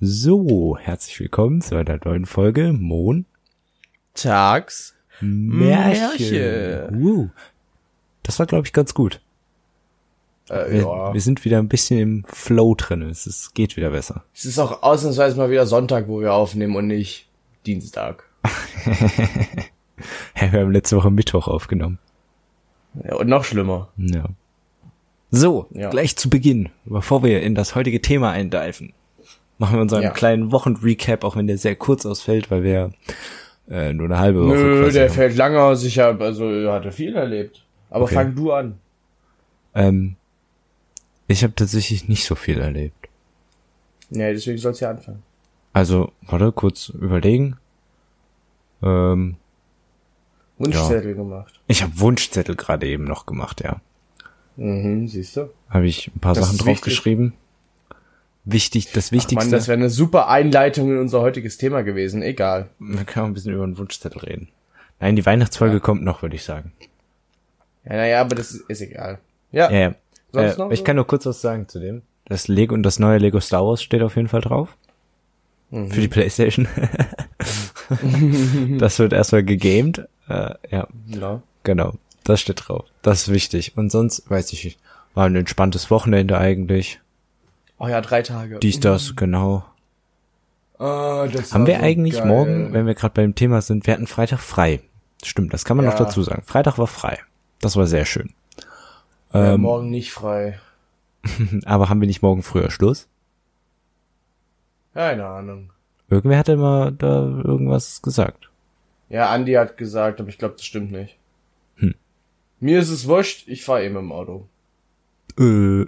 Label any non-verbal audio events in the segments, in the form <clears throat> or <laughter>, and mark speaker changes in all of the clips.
Speaker 1: So, herzlich willkommen zu einer neuen Folge Mon
Speaker 2: Tags.
Speaker 1: Märchen.
Speaker 2: Märchen.
Speaker 1: Uh, das war, glaube ich, ganz gut.
Speaker 2: Äh,
Speaker 1: Wir,
Speaker 2: ja.
Speaker 1: wir sind wieder ein bisschen im Flow drin. Es ist, geht wieder besser. <laughs>
Speaker 2: Es ist auch ausnahmsweise mal wieder Sonntag, wo wir aufnehmen und nicht Dienstag.
Speaker 1: Hä, Wir haben letzte Woche Mittwoch aufgenommen.
Speaker 2: Ja, und noch schlimmer.
Speaker 1: Ja. So,
Speaker 2: Ja.
Speaker 1: gleich zu Beginn, bevor wir in das heutige Thema eindeifen, machen wir unseren
Speaker 2: Ja.
Speaker 1: kleinen Wochenrecap, auch wenn der sehr kurz ausfällt, weil wir äh, nur eine halbe Woche
Speaker 2: Nö,
Speaker 1: quasi
Speaker 2: der
Speaker 1: haben.
Speaker 2: fällt lange aus. Ich hab, also er hatte viel erlebt. Aber
Speaker 1: Okay.
Speaker 2: fang du an.
Speaker 1: Ähm, ich habe tatsächlich nicht so viel erlebt.
Speaker 2: Nee, deswegen sollst du ja anfangen.
Speaker 1: Also, warte, kurz überlegen. Ähm,
Speaker 2: Wunschzettel gemacht.
Speaker 1: ich habe Wunschzettel gerade eben noch gemacht, ja.
Speaker 2: Mhm, siehst du?
Speaker 1: Habe ich ein paar
Speaker 2: Das
Speaker 1: Sachen
Speaker 2: ist wichtig.
Speaker 1: draufgeschrieben. Wichtig, das
Speaker 2: Mann, das
Speaker 1: Wichtigste.
Speaker 2: wäre eine super Einleitung in unser heutiges Thema gewesen. Egal.
Speaker 1: Man kann ein bisschen über den Wunschzettel reden. Nein, die Weihnachtsfolge kommt noch, würde ich sagen.
Speaker 2: Ja, naja, aber das ist, ist egal. Ja,
Speaker 1: Ja, ja.
Speaker 2: Sonst
Speaker 1: äh,
Speaker 2: noch
Speaker 1: ich
Speaker 2: so?
Speaker 1: kann nur kurz was sagen zu dem. Das Lego und das neue Lego Star Wars steht auf jeden Fall drauf.
Speaker 2: Mhm.
Speaker 1: Für die Playstation. <laughs> das wird erstmal gegamed. Äh, ja,
Speaker 2: ja.
Speaker 1: genau. Das steht drauf. Das ist wichtig. Und sonst, weiß ich nicht, war ein entspanntes Wochenende eigentlich.
Speaker 2: Oh ja, drei Tage.
Speaker 1: Dies, das, genau.
Speaker 2: Ah, Mhm. das
Speaker 1: Haben
Speaker 2: war
Speaker 1: wir
Speaker 2: so
Speaker 1: eigentlich
Speaker 2: geil.
Speaker 1: morgen, wenn wir gerade beim Thema sind, wir hatten Freitag frei. Stimmt, das kann man
Speaker 2: Ja.
Speaker 1: noch dazu sagen. Freitag war frei. Das war sehr schön. ähm,
Speaker 2: Ja, morgen nicht frei.
Speaker 1: Aber haben wir nicht morgen früher Schluss?
Speaker 2: Keine Ahnung.
Speaker 1: Irgendwer hatte mal da irgendwas gesagt.
Speaker 2: Ja, Andi hat gesagt, aber ich glaube, das stimmt nicht.
Speaker 1: Hm.
Speaker 2: Mir ist es wurscht, ich fahre eben im Auto. <laughs>
Speaker 1: Äh.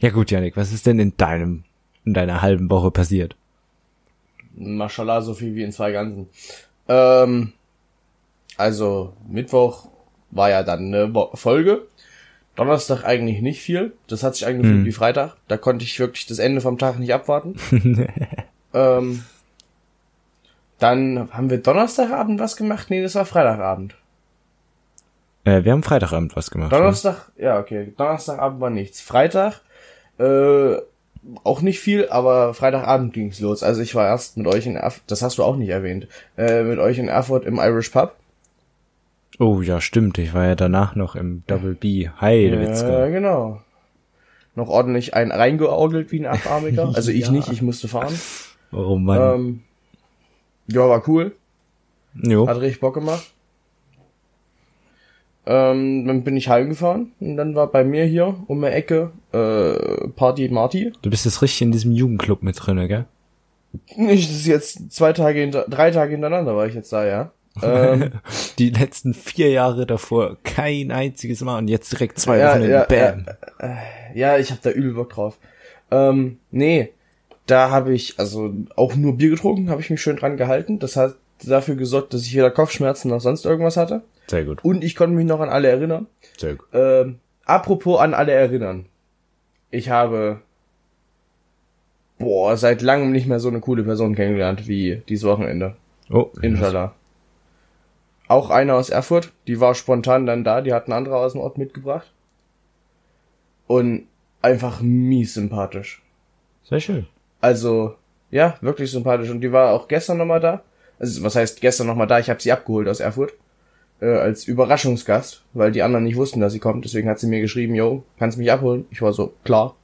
Speaker 1: ja gut, Janik, was ist denn in deinem, in deiner halben Woche passiert?
Speaker 2: Maschallah, so viel wie in zwei Ganzen. Ähm, also, Mittwoch war ja dann eine Wo- Folge. Donnerstag eigentlich nicht viel. Das hat sich angefühlt wie Freitag. Da konnte ich wirklich das Ende vom Tag nicht abwarten. ähm, dann haben wir Donnerstagabend was gemacht? Nee, das war Freitagabend.
Speaker 1: Äh, wir haben Freitagabend was gemacht. ne?
Speaker 2: Donnerstag, ja, okay. Donnerstagabend war nichts. Freitag, äh, auch nicht viel, aber Freitagabend ging's los. Also ich war erst mit euch in Erfurt, das hast du auch nicht erwähnt, äh, mit euch in Erfurt im Irish Pub.
Speaker 1: Oh ja, stimmt. Ich war ja danach noch im Double B. Hi,
Speaker 2: Ja,
Speaker 1: Lewitzke.
Speaker 2: genau. Noch ordentlich einen reingeorgelt wie ein Achtarmiger. Also ich
Speaker 1: Ja.
Speaker 2: nicht, ich musste fahren.
Speaker 1: Oh Mann.
Speaker 2: Ähm, ja, war cool.
Speaker 1: jo.
Speaker 2: Hat richtig Bock gemacht. Ähm, dann bin ich heimgefahren und dann war bei mir hier um die Ecke äh, Party Marty.
Speaker 1: Du bist jetzt richtig in diesem Jugendclub mit drinne, gell? <laughs>
Speaker 2: Ich, das ist jetzt zwei Tage hinter, drei Tage hintereinander war ich jetzt da, ja.
Speaker 1: <laughs>
Speaker 2: Ähm,
Speaker 1: Die letzten vier Jahre davor kein einziges Mal und jetzt direkt zwei
Speaker 2: Ja,
Speaker 1: Wochen in
Speaker 2: ja,
Speaker 1: Bam.
Speaker 2: ja, ich hab da übel Bock drauf. Ähm, nee, da habe ich also auch nur Bier getrunken, habe ich mich schön dran gehalten. Das hat dafür gesorgt, dass ich weder Kopfschmerzen noch sonst irgendwas hatte.
Speaker 1: Sehr gut,
Speaker 2: Und ich konnte mich noch an alle erinnern.
Speaker 1: sehr gut.
Speaker 2: Ähm, apropos an alle erinnern. Ich habe boah, seit langem nicht mehr so eine coole Person kennengelernt wie dieses Wochenende.
Speaker 1: Oh,
Speaker 2: Inshallah. Auch eine aus Erfurt, die war spontan dann da, die hat eine andere aus dem Ort mitgebracht. Und einfach mies sympathisch.
Speaker 1: sehr schön.
Speaker 2: Also, ja, wirklich sympathisch. Und die war auch gestern nochmal da. Also, was heißt gestern nochmal da? Ich habe sie abgeholt aus Erfurt. Äh, als Überraschungsgast, weil die anderen nicht wussten, dass sie kommt. Deswegen hat sie mir geschrieben, yo, kannst mich abholen? Ich war so, klar.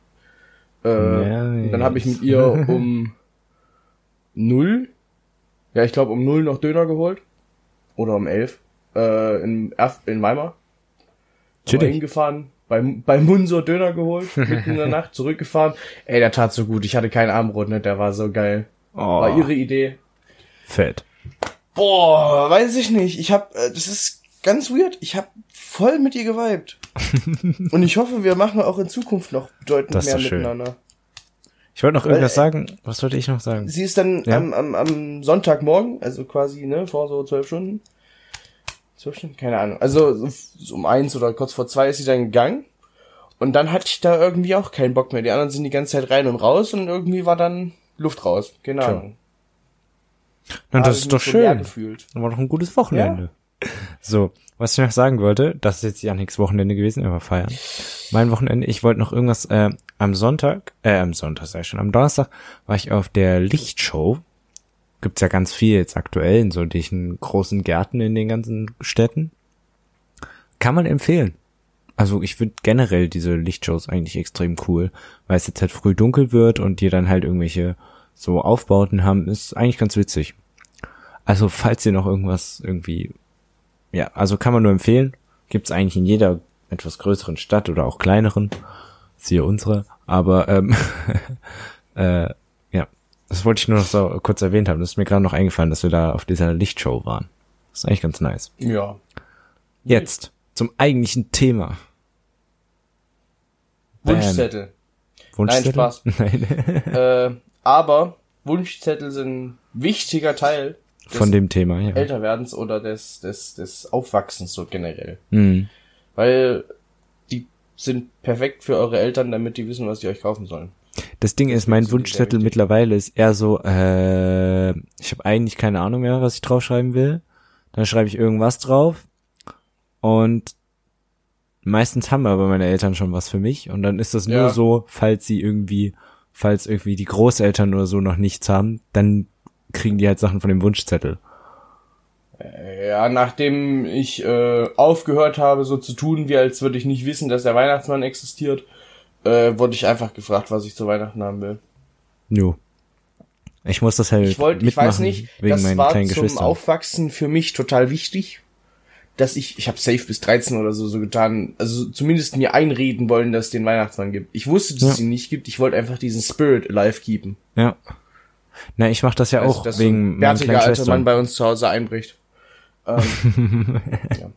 Speaker 2: Äh, und dann habe ich mit ihr um null, ja, ich glaube um null noch Döner geholt. Oder um elf. Äh, in, Erf in Weimar. Bin
Speaker 1: Chillig.
Speaker 2: hingefahren, bei, bei Munso
Speaker 1: <laughs>
Speaker 2: Döner geholt, mitten in der Nacht zurückgefahren. Ey, der tat so gut. Ich hatte keinen Armbrot, ne? Der war so geil. War
Speaker 1: Oh,
Speaker 2: ihre Idee.
Speaker 1: fett.
Speaker 2: Boah, weiß ich nicht. Ich hab, äh, das ist ganz weird. Ich hab voll mit
Speaker 1: <laughs>
Speaker 2: ihr geweibt. Und ich hoffe, wir machen auch in Zukunft noch bedeutend
Speaker 1: Das ist
Speaker 2: mehr
Speaker 1: doch schön.
Speaker 2: miteinander.
Speaker 1: Ich wollte noch irgendwas
Speaker 2: äh,
Speaker 1: sagen. Was wollte ich noch sagen?
Speaker 2: Sie ist dann
Speaker 1: Ja.
Speaker 2: am, am, am Sonntagmorgen, also quasi, ne, vor so zwölf Stunden. Zwölf Stunden? Keine Ahnung. Also so f- so um eins oder kurz vor zwei ist sie dann gegangen. Und dann hatte ich da irgendwie auch keinen Bock mehr. Die anderen sind die ganze Zeit rein und raus und irgendwie war dann Luft raus. Keine
Speaker 1: Tja.
Speaker 2: Ahnung.
Speaker 1: Na,
Speaker 2: Habe
Speaker 1: das
Speaker 2: ich
Speaker 1: ist
Speaker 2: mich
Speaker 1: doch
Speaker 2: so leer
Speaker 1: schön.
Speaker 2: gefühlt.
Speaker 1: Dann war doch ein gutes Wochenende. So, was ich noch sagen wollte, das ist jetzt Janiks Wochenende gewesen, aber feiern. Mein Wochenende, ich wollte noch irgendwas, äh, am Sonntag, äh, am Sonntag sei schon, am Donnerstag war ich auf der Lichtshow. Gibt's ja ganz viel jetzt aktuell in so diesen großen Gärten in den ganzen Städten. Kann man empfehlen. Also ich finde generell diese Lichtshows eigentlich extrem cool, weil es jetzt halt früh dunkel wird und die dann halt irgendwelche so Aufbauten haben, ist eigentlich ganz witzig. Also falls ihr noch irgendwas irgendwie, ja, also kann man nur empfehlen. Gibt's eigentlich in jeder etwas größeren Stadt oder auch kleineren, siehe unsere. Aber ähm, <laughs> äh, ja, das wollte ich nur noch so kurz erwähnt haben. Das ist mir gerade noch eingefallen, dass wir da auf dieser Lichtshow waren. Das ist eigentlich ganz nice.
Speaker 2: Ja.
Speaker 1: Jetzt zum eigentlichen Thema. Bam.
Speaker 2: Wunschzettel.
Speaker 1: Wunschzettel?
Speaker 2: Spaß.
Speaker 1: <laughs> Nein.
Speaker 2: äh, aber Wunschzettel sind ein wichtiger Teil des
Speaker 1: Von dem Thema, ja.
Speaker 2: Älterwerdens oder des, des, des Aufwachsens so generell.
Speaker 1: Mhm.
Speaker 2: Weil die sind perfekt für eure Eltern, damit die wissen, was die euch kaufen sollen.
Speaker 1: Das Ding ist,
Speaker 2: ist
Speaker 1: mein
Speaker 2: so die
Speaker 1: Wunschzettel
Speaker 2: Realität.
Speaker 1: mittlerweile ist eher so, äh, ich habe eigentlich keine Ahnung mehr, was ich draufschreiben will. Dann schreibe ich irgendwas drauf. Und meistens haben aber meine Eltern schon was für mich. Und dann ist das nur
Speaker 2: Ja.
Speaker 1: so, falls sie irgendwie, falls irgendwie die Großeltern oder so noch nichts haben, dann kriegen die halt Sachen von dem Wunschzettel.
Speaker 2: Ja, nachdem ich äh, aufgehört habe, so zu tun, wie als würde ich nicht wissen, dass der Weihnachtsmann existiert, äh, wurde ich einfach gefragt, was ich zu Weihnachten haben will.
Speaker 1: Jo. Ich muss das halt
Speaker 2: Ich wollte, ich
Speaker 1: mitmachen
Speaker 2: weiß nicht,
Speaker 1: wegen
Speaker 2: das
Speaker 1: meinen
Speaker 2: war
Speaker 1: kleinen
Speaker 2: zum
Speaker 1: Geschwistern.
Speaker 2: Aufwachsen für mich total wichtig, dass ich, ich habe safe bis 13 oder so so getan, also zumindest mir einreden wollen, dass es den Weihnachtsmann gibt. Ich wusste, dass es
Speaker 1: Ja.
Speaker 2: ihn nicht gibt. Ich wollte einfach diesen Spirit alive keepen.
Speaker 1: ja. Na, ich mach das ja
Speaker 2: Also,
Speaker 1: auch
Speaker 2: dass so
Speaker 1: wegen meinen
Speaker 2: ein
Speaker 1: kleinen
Speaker 2: bärtiger alter
Speaker 1: Schwestern.
Speaker 2: Mann bei uns zu Hause einbricht. Ähm, ja.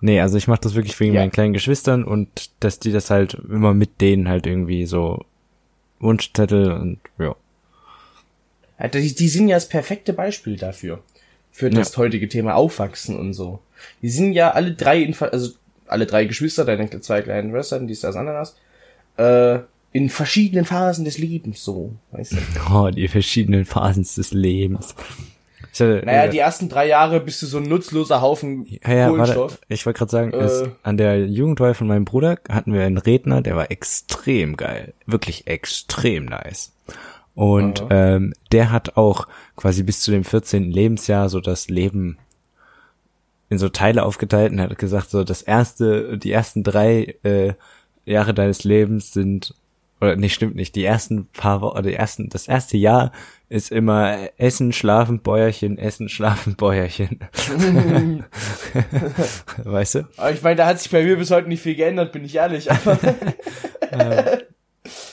Speaker 1: Nee, also ich mache das wirklich wegen
Speaker 2: Ja.
Speaker 1: meinen kleinen Geschwistern und dass die das halt immer mit denen halt irgendwie so Wunschzettel und ja. <laughs>
Speaker 2: Alter, die, die sind ja das perfekte Beispiel dafür. Für das heutige Thema Aufwachsen und so. Die sind ja alle drei, in, ver- also alle drei Geschwister, deine zwei kleinen Schwestern, dies, das, anderes, äh, in verschiedenen Phasen des Lebens so, weißt du.
Speaker 1: Oh, die verschiedenen Phasen des Lebens. Ich hatte,
Speaker 2: Naja,
Speaker 1: äh,
Speaker 2: die ersten drei Jahre bist du so ein nutzloser Haufen
Speaker 1: ja, ja, warte,
Speaker 2: Kohlenstoff.
Speaker 1: ich wollte gerade sagen,
Speaker 2: Äh.
Speaker 1: es- an der Jugendwahl von meinem Bruder hatten wir einen Redner, der war extrem geil, wirklich extrem nice. Und ähm, der hat auch quasi bis zu dem 14. Lebensjahr so das Leben in so Teile aufgeteilt und hat gesagt, so das erste, die ersten drei äh, Jahre deines Lebens sind, oder nee, stimmt nicht, die ersten paar Wochen, oder die ersten, das erste Jahr ist immer Essen, Schlafen, Bäuerchen, Essen, Schlafen, Bäuerchen. <laughs> weißt du?
Speaker 2: Aber ich meine, da hat sich bei mir bis heute nicht viel geändert, bin
Speaker 1: <laughs>
Speaker 2: ich ehrlich. Aber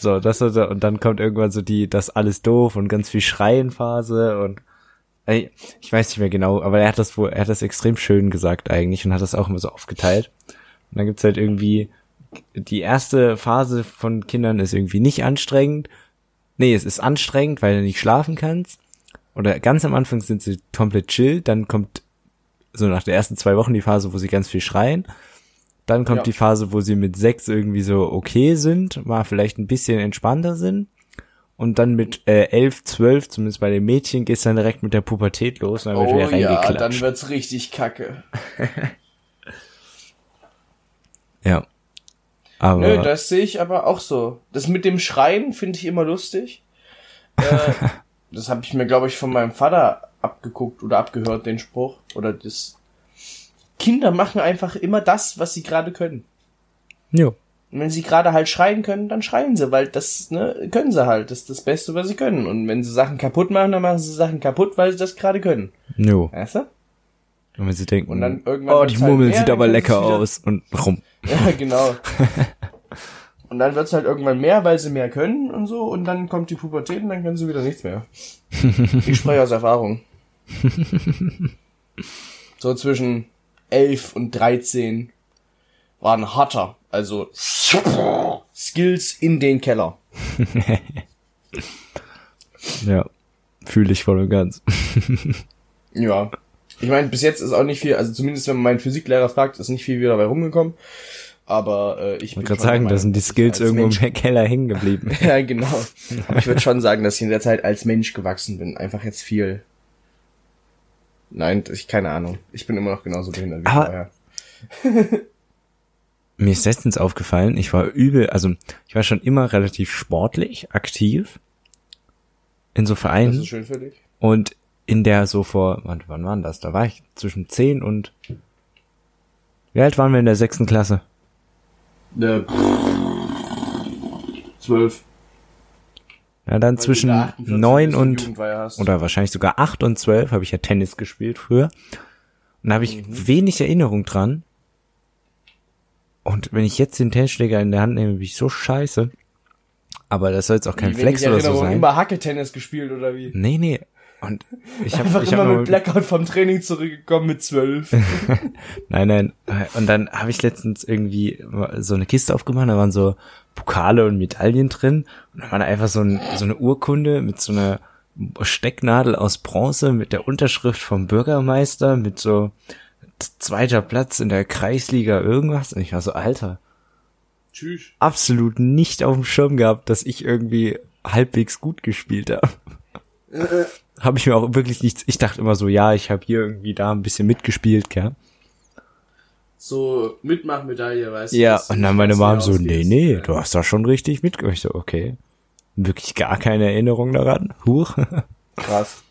Speaker 1: So, das und, so. und dann kommt irgendwann so die, das alles doof und ganz viel Schreienphase und ey, ich weiß nicht mehr genau, aber er hat das wohl, er hat das extrem schön gesagt eigentlich und hat das auch immer so aufgeteilt. Und dann gibt's halt irgendwie, die erste Phase von Kindern ist irgendwie nicht anstrengend. Nee, es ist anstrengend, weil du nicht schlafen kannst. Oder ganz am Anfang sind sie komplett chill, dann kommt so nach der ersten zwei Wochen die Phase, wo sie ganz viel schreien. Dann kommt
Speaker 2: Ja.
Speaker 1: die Phase, wo sie mit sechs irgendwie so okay sind, mal vielleicht ein bisschen entspannter sind. Und dann mit äh, elf, zwölf, zumindest bei den Mädchen, geht's dann direkt mit der Pubertät los und dann wird
Speaker 2: oh
Speaker 1: wieder
Speaker 2: ja, dann
Speaker 1: reingeklatscht.
Speaker 2: wird's richtig kacke.
Speaker 1: Ja. Aber
Speaker 2: Nö, das sehe ich aber auch so. Das mit dem Schreien finde ich immer lustig. Äh, das habe ich mir, glaube ich, von meinem Vater abgeguckt oder abgehört, den Spruch. Oder das. Kinder machen einfach immer das, was sie gerade können.
Speaker 1: jo.
Speaker 2: Und wenn sie gerade halt schreien können, dann schreien sie, weil das, ne, können sie halt. Das ist das Beste, was sie können. Und wenn sie Sachen kaputt machen, dann machen sie Sachen kaputt, weil sie das gerade können.
Speaker 1: Jo.
Speaker 2: Weißt du?
Speaker 1: Und wenn sie denken,
Speaker 2: Und dann irgendwann
Speaker 1: oh,
Speaker 2: wird's
Speaker 1: die
Speaker 2: halt
Speaker 1: Murmel
Speaker 2: mehr,
Speaker 1: sieht
Speaker 2: dann
Speaker 1: aber
Speaker 2: können
Speaker 1: lecker
Speaker 2: sie's wieder-
Speaker 1: aus und rum.
Speaker 2: Ja, genau. Und dann wird's halt irgendwann mehr, weil sie mehr können und so. Und dann kommt die Pubertät und dann können sie wieder nichts mehr. Ich spreche aus Erfahrung. So zwischen 11 und 13 war ein harter. Also Skills in den Keller.
Speaker 1: Ja, fühle ich voll und ganz.
Speaker 2: Ja. Ich meine, bis jetzt ist auch nicht viel, also zumindest wenn man meinen Physiklehrer fragt, ist nicht viel wieder bei rumgekommen. Aber äh, ich
Speaker 1: Ich
Speaker 2: bin
Speaker 1: wollte gerade
Speaker 2: schon der
Speaker 1: sagen, da sind die
Speaker 2: Meinung, dass ich
Speaker 1: Skills
Speaker 2: als
Speaker 1: irgendwo
Speaker 2: Mensch
Speaker 1: im Keller hängen
Speaker 2: <laughs>
Speaker 1: geblieben.
Speaker 2: Ja,
Speaker 1: <laughs>
Speaker 2: genau. Aber ich würde schon sagen, dass ich in der Zeit als Mensch gewachsen bin. Einfach jetzt viel. Nein, ich keine Ahnung. Ich bin immer noch genauso behindert wie
Speaker 1: Aber-
Speaker 2: vorher.
Speaker 1: mir ist letztens aufgefallen, ich war übel, also ich war schon immer relativ sportlich, aktiv in so
Speaker 2: Das
Speaker 1: Vereinen
Speaker 2: ist schön für dich.
Speaker 1: und in der so vor, wann, wann war denn das? Da war ich zwischen 10 und wie alt waren wir in der sechsten Klasse?
Speaker 2: Äh, zwölf.
Speaker 1: Ja, dann zwischen neun und
Speaker 2: Oder
Speaker 1: oder wahrscheinlich sogar acht und zwölf habe ich ja Tennis gespielt früher. Und da habe ich
Speaker 2: Mhm.
Speaker 1: wenig Erinnerung dran. Und wenn ich jetzt den Tennisschläger in der Hand nehme, bin ich so scheiße. Aber das soll jetzt auch kein Flex oder so sein.
Speaker 2: immer Hacketennis gespielt oder wie?
Speaker 1: Nee, nee. Und ich habe
Speaker 2: Einfach
Speaker 1: ich
Speaker 2: immer
Speaker 1: hab
Speaker 2: mit
Speaker 1: nur,
Speaker 2: Blackout vom Training zurückgekommen
Speaker 1: <laughs>
Speaker 2: mit zwölf.
Speaker 1: Nein, nein. Und dann habe ich letztens irgendwie so eine Kiste aufgemacht, da waren so Pokale und Medaillen drin. Und da war da einfach so, ein, so eine Urkunde mit so einer Stecknadel aus Bronze mit der Unterschrift vom Bürgermeister, mit so zweiter Platz in der Kreisliga irgendwas. Und ich war so, Alter,
Speaker 2: Tschüss.
Speaker 1: absolut nicht auf dem Schirm gehabt, dass ich irgendwie halbwegs gut gespielt habe. habe ich mir auch wirklich nichts, ich dachte immer so, ja, ich habe hier irgendwie da ein bisschen mitgespielt, gell?
Speaker 2: So, Mitmachmedaille, weißt
Speaker 1: Ja,
Speaker 2: dass
Speaker 1: und dann
Speaker 2: nicht
Speaker 1: meine
Speaker 2: aus
Speaker 1: Mom
Speaker 2: dir
Speaker 1: so, nee,
Speaker 2: ausgehst.
Speaker 1: nee,
Speaker 2: Ja.
Speaker 1: du hast da schon richtig mitgemacht. Ich so, okay. Wirklich gar keine Erinnerung daran. Huch. <laughs>
Speaker 2: Krass.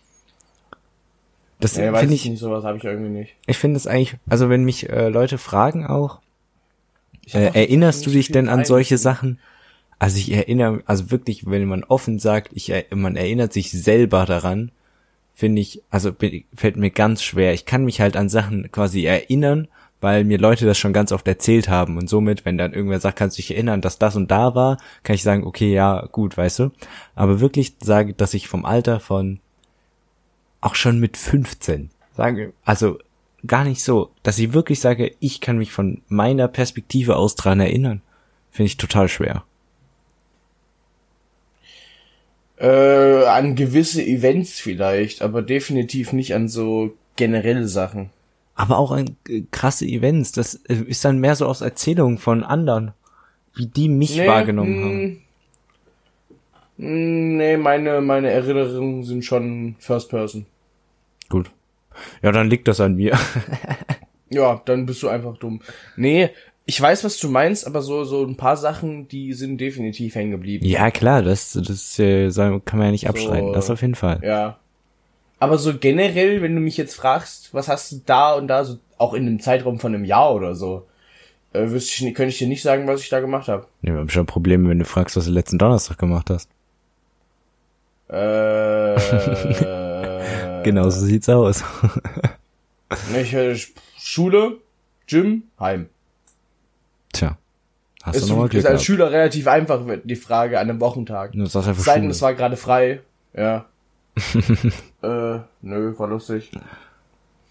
Speaker 1: Das
Speaker 2: Nee, weiß
Speaker 1: finde
Speaker 2: ich
Speaker 1: ich,
Speaker 2: nicht, sowas habe ich irgendwie nicht.
Speaker 1: ich finde es eigentlich, also wenn mich äh, Leute fragen auch,
Speaker 2: Ich hab
Speaker 1: äh,
Speaker 2: auch
Speaker 1: erinnerst
Speaker 2: nicht
Speaker 1: du dich
Speaker 2: viel
Speaker 1: denn an
Speaker 2: Verein
Speaker 1: solche
Speaker 2: gespielt.
Speaker 1: Sachen? Also ich erinnere, also wirklich, wenn man offen sagt, ich, er- man erinnert sich selber daran, finde ich, also bin, fällt mir ganz schwer. Ich kann mich halt an Sachen quasi erinnern, weil mir Leute das schon ganz oft erzählt haben und somit, wenn dann irgendwer sagt, kannst du dich erinnern, dass das und da war, kann ich sagen, okay, ja, gut, weißt du. Aber wirklich sage, dass ich vom Alter von auch schon mit 15 sage, also gar nicht so, dass ich wirklich sage, ich kann mich von meiner Perspektive aus dran erinnern, finde ich total schwer.
Speaker 2: Äh, an gewisse Events vielleicht, aber definitiv nicht an so generelle Sachen.
Speaker 1: aber auch an äh, krasse Events. Das äh, ist dann mehr so aus Erzählungen von anderen, wie die mich
Speaker 2: hm.
Speaker 1: wahrgenommen haben.
Speaker 2: haben. mm, Nee, meine, meine Erinnerungen sind schon First Person.
Speaker 1: Gut. Ja, dann liegt das an mir. <laughs>
Speaker 2: Ja, dann bist du einfach dumm. Nee, ich weiß, was du meinst, aber so, so ein paar Sachen, die sind definitiv hängen geblieben.
Speaker 1: ja, klar, das, das äh, soll- kann man ja nicht abschreiten. Das auf jeden Fall.
Speaker 2: Ja. Aber so generell, wenn du mich jetzt fragst, was hast du da und da, so auch in einem Zeitraum von einem Jahr oder so, äh, wüsste ich, ni- könnte ich dir nicht sagen, was ich da gemacht habe.
Speaker 1: Nee, wir haben schon Probleme, wenn du fragst, was du letzten Donnerstag gemacht hast. <laughs>
Speaker 2: Äh,
Speaker 1: genau so sieht's aus. <laughs>
Speaker 2: ich, äh, Sch- Schule, Gym, Heim.
Speaker 1: Tja. Hast
Speaker 2: Ist,
Speaker 1: du nochmal Glück
Speaker 2: ist als
Speaker 1: gehabt.
Speaker 2: Schüler relativ einfach die Frage an einem Wochentag.
Speaker 1: Du sagst einfach
Speaker 2: Seiten, es
Speaker 1: Schule.
Speaker 2: war gerade frei.
Speaker 1: <laughs>
Speaker 2: Ja. äh, nö, war lustig.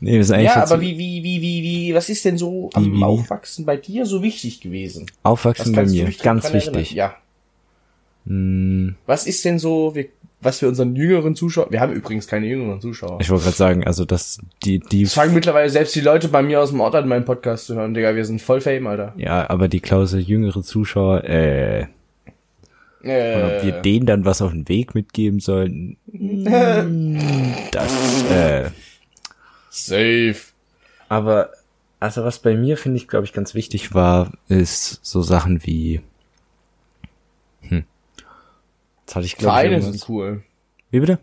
Speaker 1: Nee, das ist eigentlich
Speaker 2: Ja,
Speaker 1: jetzt
Speaker 2: aber wie, wie, wie, wie, wie, was ist denn so
Speaker 1: Wie,
Speaker 2: am
Speaker 1: wie, wie?
Speaker 2: Aufwachsen bei dir so wichtig gewesen?
Speaker 1: Aufwachsen bei
Speaker 2: kannst du
Speaker 1: mir.
Speaker 2: dich
Speaker 1: Ganz
Speaker 2: dran erinnern?
Speaker 1: wichtig.
Speaker 2: Ja.
Speaker 1: Hm,
Speaker 2: Was ist denn so, wir, was wir unseren jüngeren Zuschauern, wir haben übrigens keine jüngeren Zuschauer.
Speaker 1: ich wollte gerade sagen, also das, die, die
Speaker 2: Es fangen mittlerweile selbst die Leute bei mir aus dem Ort an, meinen Podcast zu hören, Digga, wir sind voll Fame, Alter.
Speaker 1: Ja, aber die Klausel jüngere Zuschauer, äh, und ob wir
Speaker 2: Äh,
Speaker 1: denen dann was auf den Weg mitgeben
Speaker 2: <laughs>
Speaker 1: sollen, das, äh.
Speaker 2: safe.
Speaker 1: Aber, also was bei mir, finde ich, glaube ich, ganz wichtig war, ist so Sachen wie, hm, das hatte ich, glaube ich,
Speaker 2: Vereine
Speaker 1: irgendwas-
Speaker 2: sind cool.
Speaker 1: wie bitte?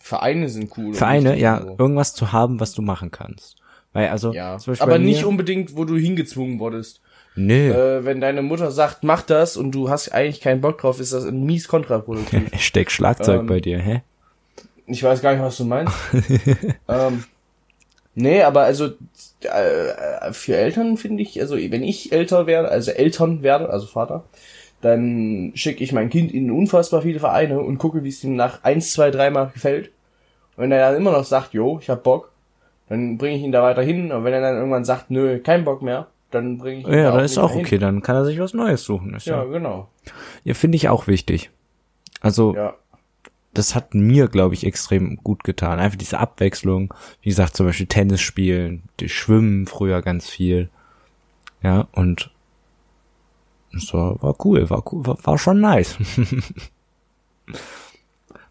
Speaker 2: Vereine sind cool. und
Speaker 1: Vereine,
Speaker 2: wichtig
Speaker 1: ja,
Speaker 2: und so.
Speaker 1: irgendwas zu haben, was du machen kannst. Weil, also,
Speaker 2: Ja,
Speaker 1: zum Beispiel
Speaker 2: aber
Speaker 1: bei mir,
Speaker 2: nicht unbedingt, wo du hingezwungen wurdest.
Speaker 1: nö,
Speaker 2: Äh, wenn deine Mutter sagt, mach das und du hast eigentlich keinen Bock drauf, ist das ein mies kontraproduktiv.
Speaker 1: Hashtag Schlagzeug
Speaker 2: ähm,
Speaker 1: bei dir, hä?
Speaker 2: ich weiß gar nicht, was
Speaker 1: <laughs>
Speaker 2: du meinst. ähm, nee, aber also äh, für Eltern finde ich, also wenn ich älter werde, also Eltern werde, also Vater, dann schicke ich mein Kind in unfassbar viele Vereine und gucke, wie es ihm nach eins, zwei, dreimal gefällt. Und wenn er dann immer noch sagt, jo, ich hab Bock, dann bringe ich ihn da weiter hin. Und wenn er dann irgendwann sagt, nö, kein Bock mehr, dann bringe ich ihn
Speaker 1: Ja,
Speaker 2: da
Speaker 1: dann ist
Speaker 2: nicht
Speaker 1: auch
Speaker 2: mehr hin.
Speaker 1: okay, dann kann er sich was Neues suchen, ist
Speaker 2: Ja,
Speaker 1: ja.
Speaker 2: genau.
Speaker 1: Ja, finde ich auch wichtig. Also,
Speaker 2: Ja.
Speaker 1: das hat mir, glaube ich, extrem gut getan. Einfach diese Abwechslung. Wie gesagt, zum Beispiel Tennis spielen, die Schwimmen früher ganz viel. Ja, und es war, war cool, war cool, war, war schon nice. <laughs>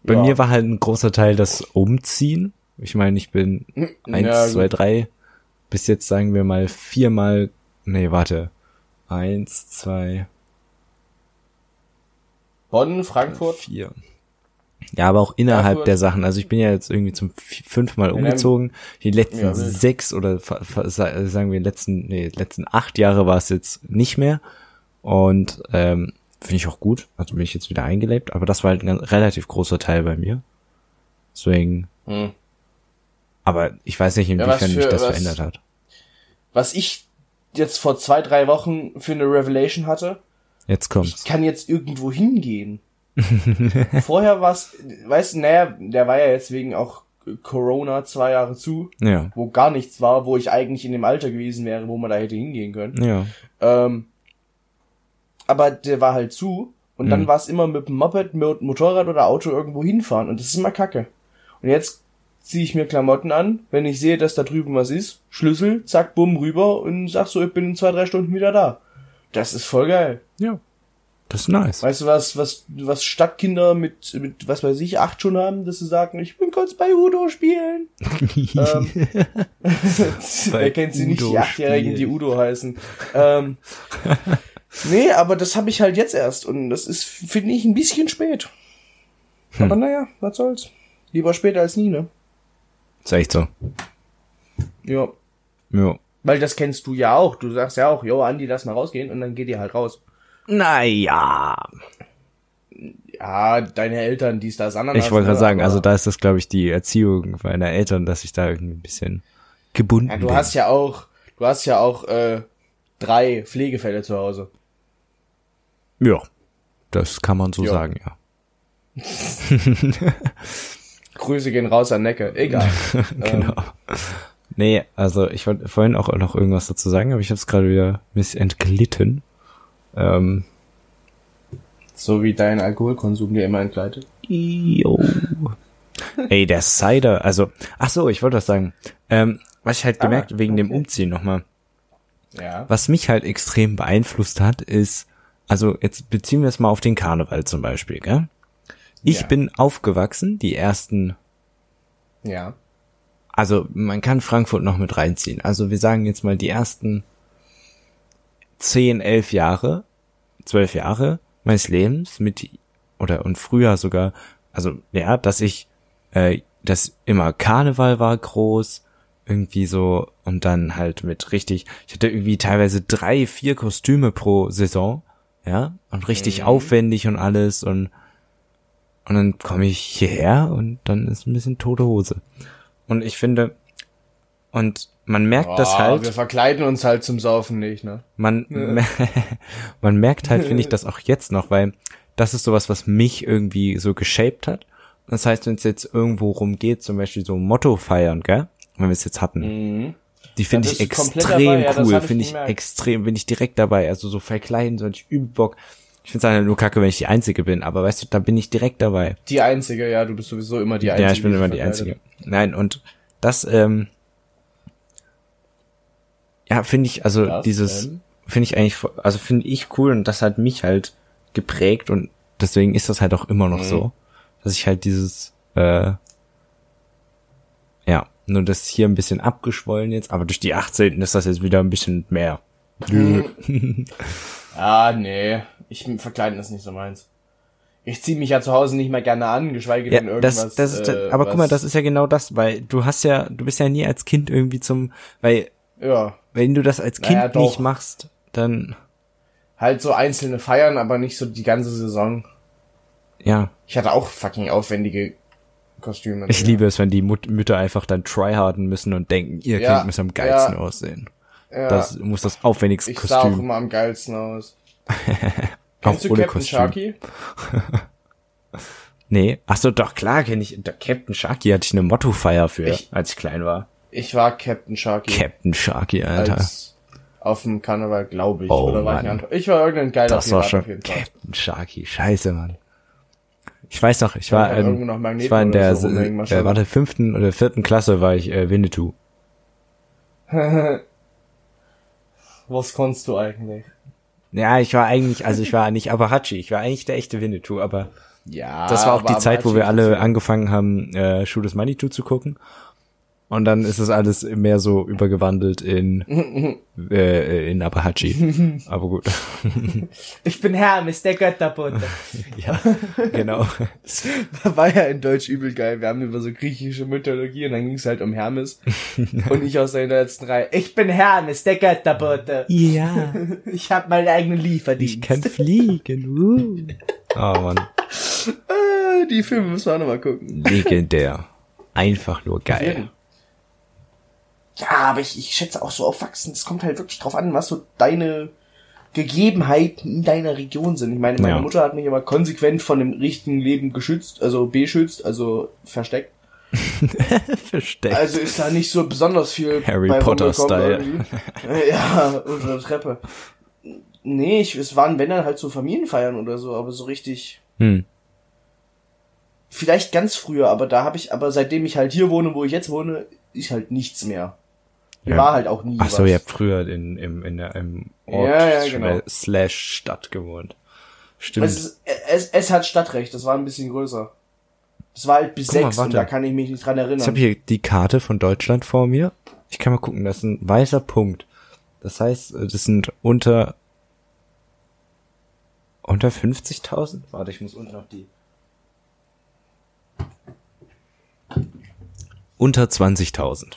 Speaker 1: Bei
Speaker 2: Ja.
Speaker 1: mir war halt ein großer Teil das Umziehen. Ich meine, ich bin eins,
Speaker 2: Ja, also gut.
Speaker 1: zwei, drei, bis jetzt sagen wir mal viermal, nee, warte, Eins, zwei,
Speaker 2: Bonn, Frankfurt.
Speaker 1: vier. Ja, aber auch innerhalb
Speaker 2: Frankfurt.
Speaker 1: der Sachen. Also ich bin ja jetzt irgendwie zum vi- fünfmal
Speaker 2: dann-
Speaker 1: umgezogen. Die letzten
Speaker 2: Ja, wild.
Speaker 1: sechs oder fa- fa- sa- sagen wir letzten, nee, letzten acht Jahre war es jetzt nicht mehr. Und ähm, finde ich auch gut. Also bin ich jetzt wieder eingelebt. Aber das war halt ein ganz- relativ großer Teil bei mir. Deswegen.
Speaker 2: Hm.
Speaker 1: Aber ich weiß nicht,
Speaker 2: was
Speaker 1: inwiefern
Speaker 2: für-
Speaker 1: mich das
Speaker 2: was-
Speaker 1: verändert hat.
Speaker 2: Was ich jetzt vor zwei, drei Wochen für eine Revelation hatte,
Speaker 1: Jetzt kommt's.
Speaker 2: ich kann jetzt irgendwo hingehen. <laughs> Vorher war es, weißt du, naja, der war ja jetzt wegen auch Corona zwei Jahre zu,
Speaker 1: Ja.
Speaker 2: wo gar nichts war, wo ich eigentlich in dem Alter gewesen wäre, wo man da hätte hingehen können.
Speaker 1: Ja.
Speaker 2: Ähm, aber der war halt zu und dann war es immer mit dem Moped, mit Motorrad oder Auto irgendwo hinfahren und das ist immer kacke. Und jetzt ziehe ich mir Klamotten an, wenn ich sehe, dass da drüben was ist, Schlüssel, zack, bumm, rüber und sag so, ich bin in zwei, drei Stunden wieder da. Das ist voll geil.
Speaker 1: Ja. Das ist nice.
Speaker 2: Weißt du was, was, was Stadtkinder mit, mit, was weiß ich, acht schon haben, dass sie sagen, ich will kurz bei Udo spielen. ähm,
Speaker 1: <laughs> Bei
Speaker 2: wer kennt sie nicht, die
Speaker 1: Udo
Speaker 2: Achtjährigen, die
Speaker 1: spielen.
Speaker 2: Udo heißen.
Speaker 1: <laughs>
Speaker 2: Ähm, nee, aber das habe ich halt jetzt erst und das ist, finde ich, ein bisschen spät.
Speaker 1: Hm.
Speaker 2: Aber naja, was soll's. Lieber später als nie, ne?
Speaker 1: <laughs> Ist echt so.
Speaker 2: Ja. Ähm.
Speaker 1: Ja.
Speaker 2: Weil das kennst du ja auch. Du sagst ja auch, jo, Andi, lass mal rausgehen und dann geht ihr halt raus.
Speaker 1: Naja.
Speaker 2: Ja, deine Eltern, dies, das, Ananas.
Speaker 1: Ich wollte
Speaker 2: ne,
Speaker 1: gerade sagen,
Speaker 2: aber-
Speaker 1: also da ist das, glaube ich, die Erziehung meiner Eltern, dass ich da irgendwie ein bisschen gebunden
Speaker 2: Ja,
Speaker 1: bin.
Speaker 2: du hast ja auch, du hast ja auch äh, drei Pflegefälle zu Hause.
Speaker 1: ja, das kann man so
Speaker 2: Ja.
Speaker 1: sagen, ja.
Speaker 2: Grüße gehen raus an
Speaker 1: <laughs>
Speaker 2: Necke. Egal.
Speaker 1: Genau. Nee, also ich wollte vorhin auch noch irgendwas dazu sagen, aber ich habe es gerade wieder missentglitten. Ähm,
Speaker 2: So wie dein Alkoholkonsum dir immer entgleitet.
Speaker 1: yo. Ey, der Cider, also, ach so, ich wollte was sagen. Ähm, was ich
Speaker 2: Ah.
Speaker 1: halt gemerkt, wegen dem Umziehen nochmal,
Speaker 2: Ja.
Speaker 1: Was mich halt extrem beeinflusst hat, ist, also jetzt beziehen wir es mal auf den Karneval zum Beispiel, gell? Ich
Speaker 2: Ja.
Speaker 1: bin aufgewachsen, die ersten,
Speaker 2: Ja.
Speaker 1: also man kann Frankfurt noch mit reinziehen. Also wir sagen jetzt mal die ersten zehn, elf Jahre, zwölf Jahre meines Lebens mit, oder und früher sogar, also ja, dass ich, äh, dass immer Karneval war groß, irgendwie so, und dann halt mit richtig, ich hatte irgendwie teilweise drei, vier Kostüme pro Saison, ja, und richtig aufwendig und alles und und dann komme ich hierher und dann ist ein bisschen tote Hose. Und ich finde, und man merkt das
Speaker 2: Boah,
Speaker 1: halt
Speaker 2: Wir verkleiden uns halt zum Saufen nicht, ne?
Speaker 1: man, <laughs> man merkt halt,
Speaker 2: <laughs>
Speaker 1: finde ich, das auch jetzt noch, weil das ist sowas, was mich irgendwie so geshaped hat. Das heißt, wenn es jetzt irgendwo rumgeht, zum Beispiel so Motto feiern, gell? Wenn wir es jetzt hatten. Die finde
Speaker 2: Mhm. Da
Speaker 1: ich
Speaker 2: bist du komplett
Speaker 1: extrem
Speaker 2: dabei, ja, das
Speaker 1: cool,
Speaker 2: hab ich
Speaker 1: finde ich
Speaker 2: gemerkt.
Speaker 1: extrem, bin ich direkt dabei. Also so verkleiden, so hab ich übel Bock. Ich finde es halt nur kacke, wenn ich die Einzige bin, aber weißt du, da bin ich direkt dabei.
Speaker 2: Die Einzige, ja, du bist sowieso immer die Einzige.
Speaker 1: Ja, ich bin
Speaker 2: sich
Speaker 1: immer die
Speaker 2: verkleidet.
Speaker 1: Einzige. Nein, und das, ähm, ja, finde ich, also
Speaker 2: Was
Speaker 1: dieses,
Speaker 2: denn?
Speaker 1: finde ich eigentlich, vo- also finde ich cool und das hat mich halt geprägt und deswegen ist das halt auch immer
Speaker 2: Mhm.
Speaker 1: noch so, dass ich halt dieses, äh, ja, nur das ist hier ein bisschen abgeschwollen jetzt, aber durch die 18. ist das jetzt wieder ein bisschen mehr.
Speaker 2: Ah, nee. Ich bin verkleiden ist nicht so meins. Ich zieh mich ja zu Hause nicht mehr gerne an, geschweige
Speaker 1: Ja,
Speaker 2: denn irgendwas.
Speaker 1: das, das ist,
Speaker 2: äh,
Speaker 1: aber guck mal,
Speaker 2: was-
Speaker 1: das ist ja genau das, weil du hast ja, du bist ja nie als Kind irgendwie zum, weil
Speaker 2: Ja.
Speaker 1: wenn du das als Kind
Speaker 2: Naja, doch.
Speaker 1: nicht machst, dann
Speaker 2: Halt so einzelne Feiern, aber nicht so die ganze Saison.
Speaker 1: ja.
Speaker 2: Ich hatte auch fucking aufwendige Kostüme.
Speaker 1: Ich liebe es, wenn die Mut Mütter einfach dann tryharden müssen und denken, ihr
Speaker 2: Ja,
Speaker 1: Kind muss am geilsten
Speaker 2: ja.
Speaker 1: aussehen.
Speaker 2: ja,
Speaker 1: Das muss das aufwendigste
Speaker 2: ich sah auch
Speaker 1: Kostüm,
Speaker 2: immer am geilsten aus.
Speaker 1: auch,
Speaker 2: Kennst du
Speaker 1: ohne
Speaker 2: Captain
Speaker 1: Kostüm.
Speaker 2: Sharky?
Speaker 1: Nee, ach so, doch klar, kenn ich der Captain Sharky hatte ich eine Mottofeier für,
Speaker 2: Ich-
Speaker 1: als ich klein war.
Speaker 2: Ich war Captain Sharky.
Speaker 1: Captain Sharky, Alter.
Speaker 2: als auf dem Karneval, glaube ich.
Speaker 1: Oh,
Speaker 2: oder war ich ein
Speaker 1: Mann.
Speaker 2: anderer? Ich war irgendein geiler
Speaker 1: das war
Speaker 2: Pirat
Speaker 1: schon
Speaker 2: auf jeden Fall.
Speaker 1: Captain Sharky, scheiße, Mann. Ich weiß noch, ich war,
Speaker 2: hab irgendwo noch
Speaker 1: ähm,
Speaker 2: Magneten
Speaker 1: ich war in
Speaker 2: oder
Speaker 1: der,
Speaker 2: so rumhängen, mal
Speaker 1: äh,
Speaker 2: schauen.
Speaker 1: warte, fünften oder vierten Klasse war ich äh, Winnetou.
Speaker 2: Was konntest du eigentlich?
Speaker 1: Ja, ich war eigentlich, also ich war nicht Apache, ich war eigentlich der echte Winnetou, aber
Speaker 2: Ja.
Speaker 1: Das war auch
Speaker 2: aber
Speaker 1: die Zeit, wo wir
Speaker 2: Ah, Apache-
Speaker 1: alle angefangen haben, äh, Schuh des Manitou zu gucken. Und dann ist es alles mehr so übergewandelt
Speaker 2: <laughs>
Speaker 1: in, äh, in Apache. Aber gut.
Speaker 3: Ich
Speaker 1: <laughs>
Speaker 3: bin Hermes, der Götterbote.
Speaker 1: ja, genau.
Speaker 2: War ja in Deutsch übel geil. Wir haben über so griechische Mythologie und dann ging's halt
Speaker 1: <laughs>
Speaker 2: um Hermes. und ich aus der letzten Reihe.
Speaker 3: Ich bin Hermes, der Götterbote.
Speaker 1: Ja,
Speaker 3: Ich habe meinen eigenen Lieferdienst.
Speaker 1: kann fliegen. Uh. Oh Mann,
Speaker 2: Äh, die Filme müssen wir auch nochmal gucken.
Speaker 1: legendär. Einfach nur geil.
Speaker 2: Ja, aber ich, ich schätze auch so aufwachsen. Es kommt halt wirklich drauf an, was so deine Gegebenheiten in deiner Region sind. Ich meine, meine
Speaker 1: Ja.
Speaker 2: Mutter hat mich immer konsequent von dem richtigen Leben geschützt, also beschützt, also versteckt.
Speaker 1: Versteckt.
Speaker 2: Also ist da nicht so besonders viel
Speaker 1: <laughs> Harry
Speaker 2: bei
Speaker 1: Potter
Speaker 2: rumgekommen
Speaker 1: Style.
Speaker 2: irgendwie. <laughs> ja, unter der Treppe. Nee, ich, es waren, wenn dann halt so Familienfeiern oder so, aber so richtig.
Speaker 1: Hm.
Speaker 2: Vielleicht ganz früher, aber da habe ich, aber seitdem ich halt hier wohne, wo ich jetzt wohne, ist halt nichts mehr.
Speaker 1: Ja.
Speaker 2: War halt auch nie.
Speaker 1: Ach so,
Speaker 2: was.
Speaker 1: ihr habt früher in, im, in der, im Ort
Speaker 2: Ja, ja, genau.
Speaker 1: slash Stadt gewohnt. Stimmt.
Speaker 2: Es, ist, es, es hat Stadtrecht, das war ein bisschen größer. Das war halt bis
Speaker 1: Guck mal,
Speaker 2: sechs und
Speaker 1: warte.
Speaker 2: da kann ich mich nicht dran
Speaker 1: Ich habe
Speaker 2: erinnern.
Speaker 1: hier die Karte von Deutschland vor mir. Ich kann mal gucken, das ist ein weißer Punkt. Das heißt, äh, das sind unter unter 50.000? Warte, ich muss unten auf die. Unter 20.000.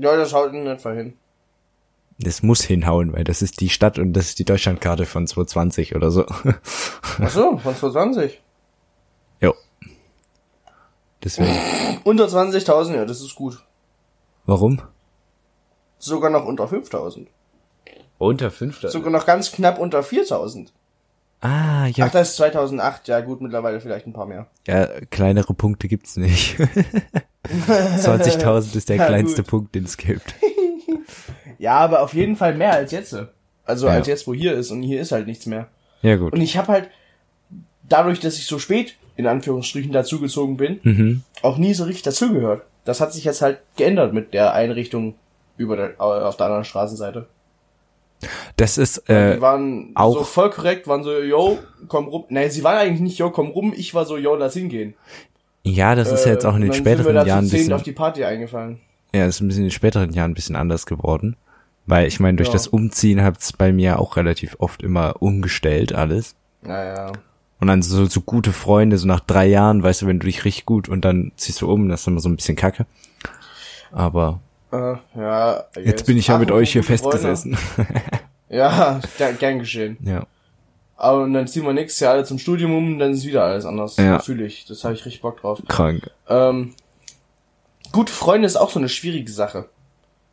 Speaker 2: Ja, das haut in etwa hin.
Speaker 1: Das muss hinhauen, weil das ist die Stadt und das ist die Deutschlandkarte von 2020 oder so. <laughs>
Speaker 2: Ach so, von 20.
Speaker 1: jo. Deswegen.
Speaker 2: <clears throat> Unter 20.000, ja, das ist gut.
Speaker 1: Warum?
Speaker 2: Sogar noch unter 5.000.
Speaker 1: Unter 5.000.
Speaker 2: Sogar noch ganz knapp unter 4.000.
Speaker 1: ah, ja,
Speaker 2: Ach, das ist 2008. Ja, gut, mittlerweile vielleicht ein paar mehr.
Speaker 1: Ja, kleinere Punkte gibt's nicht.
Speaker 2: <laughs>
Speaker 1: 20.000 ist der
Speaker 2: Ja,
Speaker 1: kleinste
Speaker 2: gut.
Speaker 1: Punkt, den es gibt.
Speaker 2: Ja, aber auf jeden Fall mehr als jetzt. Also
Speaker 1: Ja.
Speaker 2: als jetzt, wo hier ist. Und hier ist halt nichts mehr.
Speaker 1: Ja gut.
Speaker 2: Und ich habe halt, dadurch, dass ich so spät, in Anführungsstrichen, dazugezogen bin,
Speaker 1: Mhm.
Speaker 2: auch nie so richtig dazugehört. Das hat sich jetzt halt geändert mit der Einrichtung über der, äh, auf der anderen Straßenseite.
Speaker 1: Das ist
Speaker 2: die
Speaker 1: äh,
Speaker 2: waren
Speaker 1: auch-
Speaker 2: so voll korrekt, waren so, yo, komm rum. Nein, sie waren eigentlich nicht, yo, komm rum. Ich war so, yo, lass hingehen. Äh,
Speaker 1: ja, das ist ja jetzt auch in den
Speaker 2: sind wir
Speaker 1: späteren
Speaker 2: da
Speaker 1: Jahren
Speaker 2: zu
Speaker 1: ein
Speaker 2: zehn
Speaker 1: bisschen,
Speaker 2: auf die Party eingefallen.
Speaker 1: ja, ist ein bisschen in den späteren Jahren ein bisschen anders geworden, weil ich meine durch
Speaker 2: Ja.
Speaker 1: das Umziehen hat's bei mir auch relativ oft immer umgestellt alles.
Speaker 2: Naja.
Speaker 1: Und dann so, so gute Freunde, so nach drei Jahren, weißt du, wenn du dich richtig gut und dann ziehst du um, das ist immer so ein bisschen kacke. Aber
Speaker 2: Äh, ja,
Speaker 1: jetzt bin ich ja mit euch hier festgesessen. <laughs>
Speaker 2: Ja, <laughs> gern, gern geschehen.
Speaker 1: ja.
Speaker 2: Aber und dann ziehen wir nächstes Jahr alle zum Studium um und dann ist wieder alles anders.
Speaker 1: Ja.
Speaker 2: Fühl ich. Das habe ich richtig Bock drauf.
Speaker 1: Krank.
Speaker 2: Ähm, gute Freunde ist auch so eine schwierige Sache,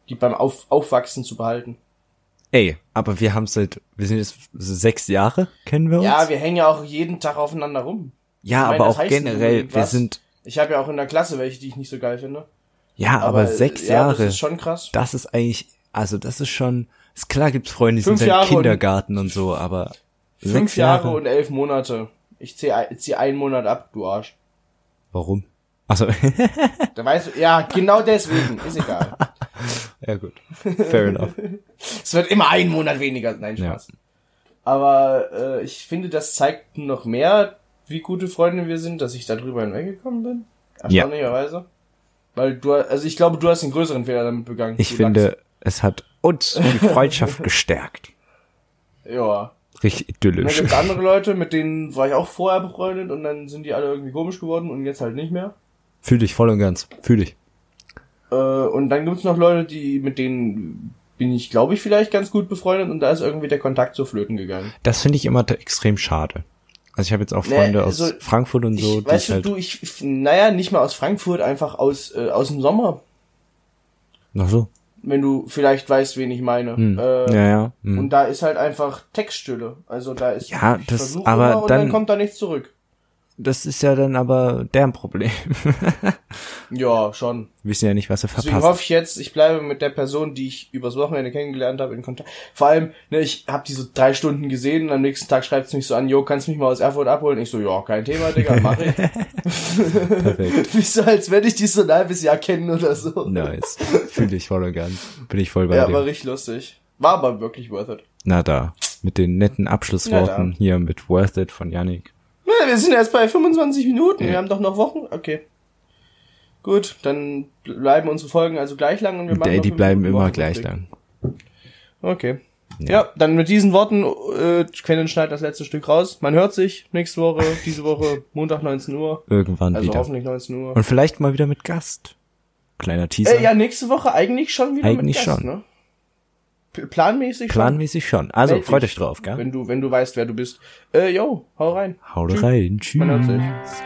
Speaker 2: die beim Auf Aufwachsen zu behalten.
Speaker 1: Ey, aber wir haben seit, wir sind jetzt sechs Jahre, kennen wir uns?
Speaker 2: Ja, wir hängen ja auch jeden Tag aufeinander rum.
Speaker 1: ja
Speaker 2: ich meine,
Speaker 1: aber
Speaker 2: das
Speaker 1: auch
Speaker 2: heißt
Speaker 1: generell, wir
Speaker 2: irgendwas.
Speaker 1: sind,
Speaker 2: Ich habe ja auch in der Klasse welche, die ich nicht so geil finde.
Speaker 1: ja, aber,
Speaker 2: äh,
Speaker 1: sechs
Speaker 2: ja,
Speaker 1: Jahre,
Speaker 2: Das ist schon krass.
Speaker 1: eigentlich, also das ist schon, ist klar gibt's Freunde, die
Speaker 2: Fünf
Speaker 1: sind
Speaker 2: Jahre
Speaker 1: im
Speaker 2: und-
Speaker 1: Kindergarten und, so, aber
Speaker 2: Fünf
Speaker 1: sechs
Speaker 2: Jahre und elf Monate. Ich zieh, ein- zieh einen Monat ab, du Arsch.
Speaker 1: warum? Also, <laughs>
Speaker 2: Da weißt du, ja, genau deswegen. Ist egal.
Speaker 1: ja gut, fair
Speaker 2: <laughs>
Speaker 1: enough.
Speaker 2: es wird immer einen Monat weniger. Nein,
Speaker 1: Ja.
Speaker 2: Spaß. Aber äh, ich finde, das zeigt noch mehr, wie gute Freunde wir sind, dass ich da drüber hinweggekommen bin. Erstaunlicherweise. Weil du, also ich glaube, du hast den größeren Fehler damit begangen.
Speaker 1: Ich
Speaker 2: Du
Speaker 1: finde, es hat uns die
Speaker 2: <laughs>
Speaker 1: Freundschaft gestärkt.
Speaker 2: Lachs. Ja.
Speaker 1: Richtig
Speaker 2: Und dann
Speaker 1: idyllisch. <laughs>
Speaker 2: gibt's andere Leute, mit denen war ich auch vorher befreundet und dann sind die alle irgendwie komisch geworden und jetzt halt nicht mehr.
Speaker 1: Fühl dich voll und ganz, fühl dich.
Speaker 2: Äh, und dann gibt's noch Leute, die, mit denen bin ich, glaube ich, vielleicht ganz gut befreundet und da ist irgendwie der Kontakt zu flöten gegangen.
Speaker 1: Das finde ich immer t- extrem schade. Also ich habe jetzt auch
Speaker 2: Nee,
Speaker 1: Freunde aus
Speaker 2: so-
Speaker 1: Frankfurt und so,
Speaker 2: ich, weißt
Speaker 1: ich halt
Speaker 2: du, du, ich, f- naja, nicht mal aus Frankfurt, einfach aus, äh, aus dem Sommer.
Speaker 1: Ach so.
Speaker 2: Wenn du vielleicht weißt, wen ich meine.
Speaker 1: Hm.
Speaker 2: Äh,
Speaker 1: ja, ja. Hm.
Speaker 2: Und da ist halt einfach Textstille. Also da ist
Speaker 1: Ja,
Speaker 2: ich
Speaker 1: das-
Speaker 2: versuch
Speaker 1: aber
Speaker 2: immer und dann,
Speaker 1: dann-
Speaker 2: kommt da nichts zurück.
Speaker 1: das ist ja dann aber deren Problem. <laughs>
Speaker 2: Ja, schon.
Speaker 1: Wir wissen ja nicht, was sie
Speaker 2: Deswegen
Speaker 1: verpassen.
Speaker 2: hoffe ich jetzt, ich bleibe mit der Person, die ich übers Wochenende kennengelernt habe, in Kontakt. Vor allem, ne, ich habe die so drei Stunden gesehen und am nächsten Tag schreibt es mich so an, jo, kannst mich mal aus Erfurt abholen? Ich so, ja, kein Thema, Digga,
Speaker 1: <laughs>
Speaker 2: mach ich. <laughs>
Speaker 1: Perfekt.
Speaker 2: Nicht so, als wenn ich die so ein halbes Jahr kennen oder so.
Speaker 1: Nice. Fühle ich voll und ganz. Bin ich voll bei
Speaker 2: ja,
Speaker 1: dir.
Speaker 2: war richtig lustig. War aber wirklich worth it.
Speaker 1: Na da. Mit den netten Abschlussworten
Speaker 2: Na da.
Speaker 1: hier mit Worth It von Yannick.
Speaker 2: Na, wir sind erst bei 25 Minuten, wir haben doch noch Wochen. Okay. Gut, dann bleiben unsere Folgen also gleich lang und wir machen
Speaker 1: Die,
Speaker 2: noch
Speaker 1: die
Speaker 2: fünf
Speaker 1: bleiben
Speaker 2: Minuten
Speaker 1: immer
Speaker 2: Wochenrückblick.
Speaker 1: gleich lang.
Speaker 2: Okay. Ja. dann mit diesen Worten, äh, Quentin schneidet das letzte Stück raus. Man hört sich
Speaker 1: <laughs>
Speaker 2: nächste Woche, diese Woche, Montag 19 Uhr.
Speaker 1: Irgendwann
Speaker 2: Also
Speaker 1: wieder.
Speaker 2: hoffentlich 19 Uhr.
Speaker 1: Und vielleicht mal wieder mit Gast. Kleiner Teaser.
Speaker 2: Äh, ja, nächste Woche eigentlich schon wieder
Speaker 1: Eigentlich
Speaker 2: mit Gast,
Speaker 1: schon.
Speaker 2: ne? P- Planmäßig schon,
Speaker 1: Planmäßig schon. Also,
Speaker 2: Meld
Speaker 1: freut
Speaker 2: dich.
Speaker 1: euch drauf, gell?
Speaker 2: wenn du, wenn du weißt, wer du bist. Äh, yo, hau rein.
Speaker 1: Haut
Speaker 2: Tschüss.
Speaker 1: rein. Tschüss.
Speaker 2: Man hört sich.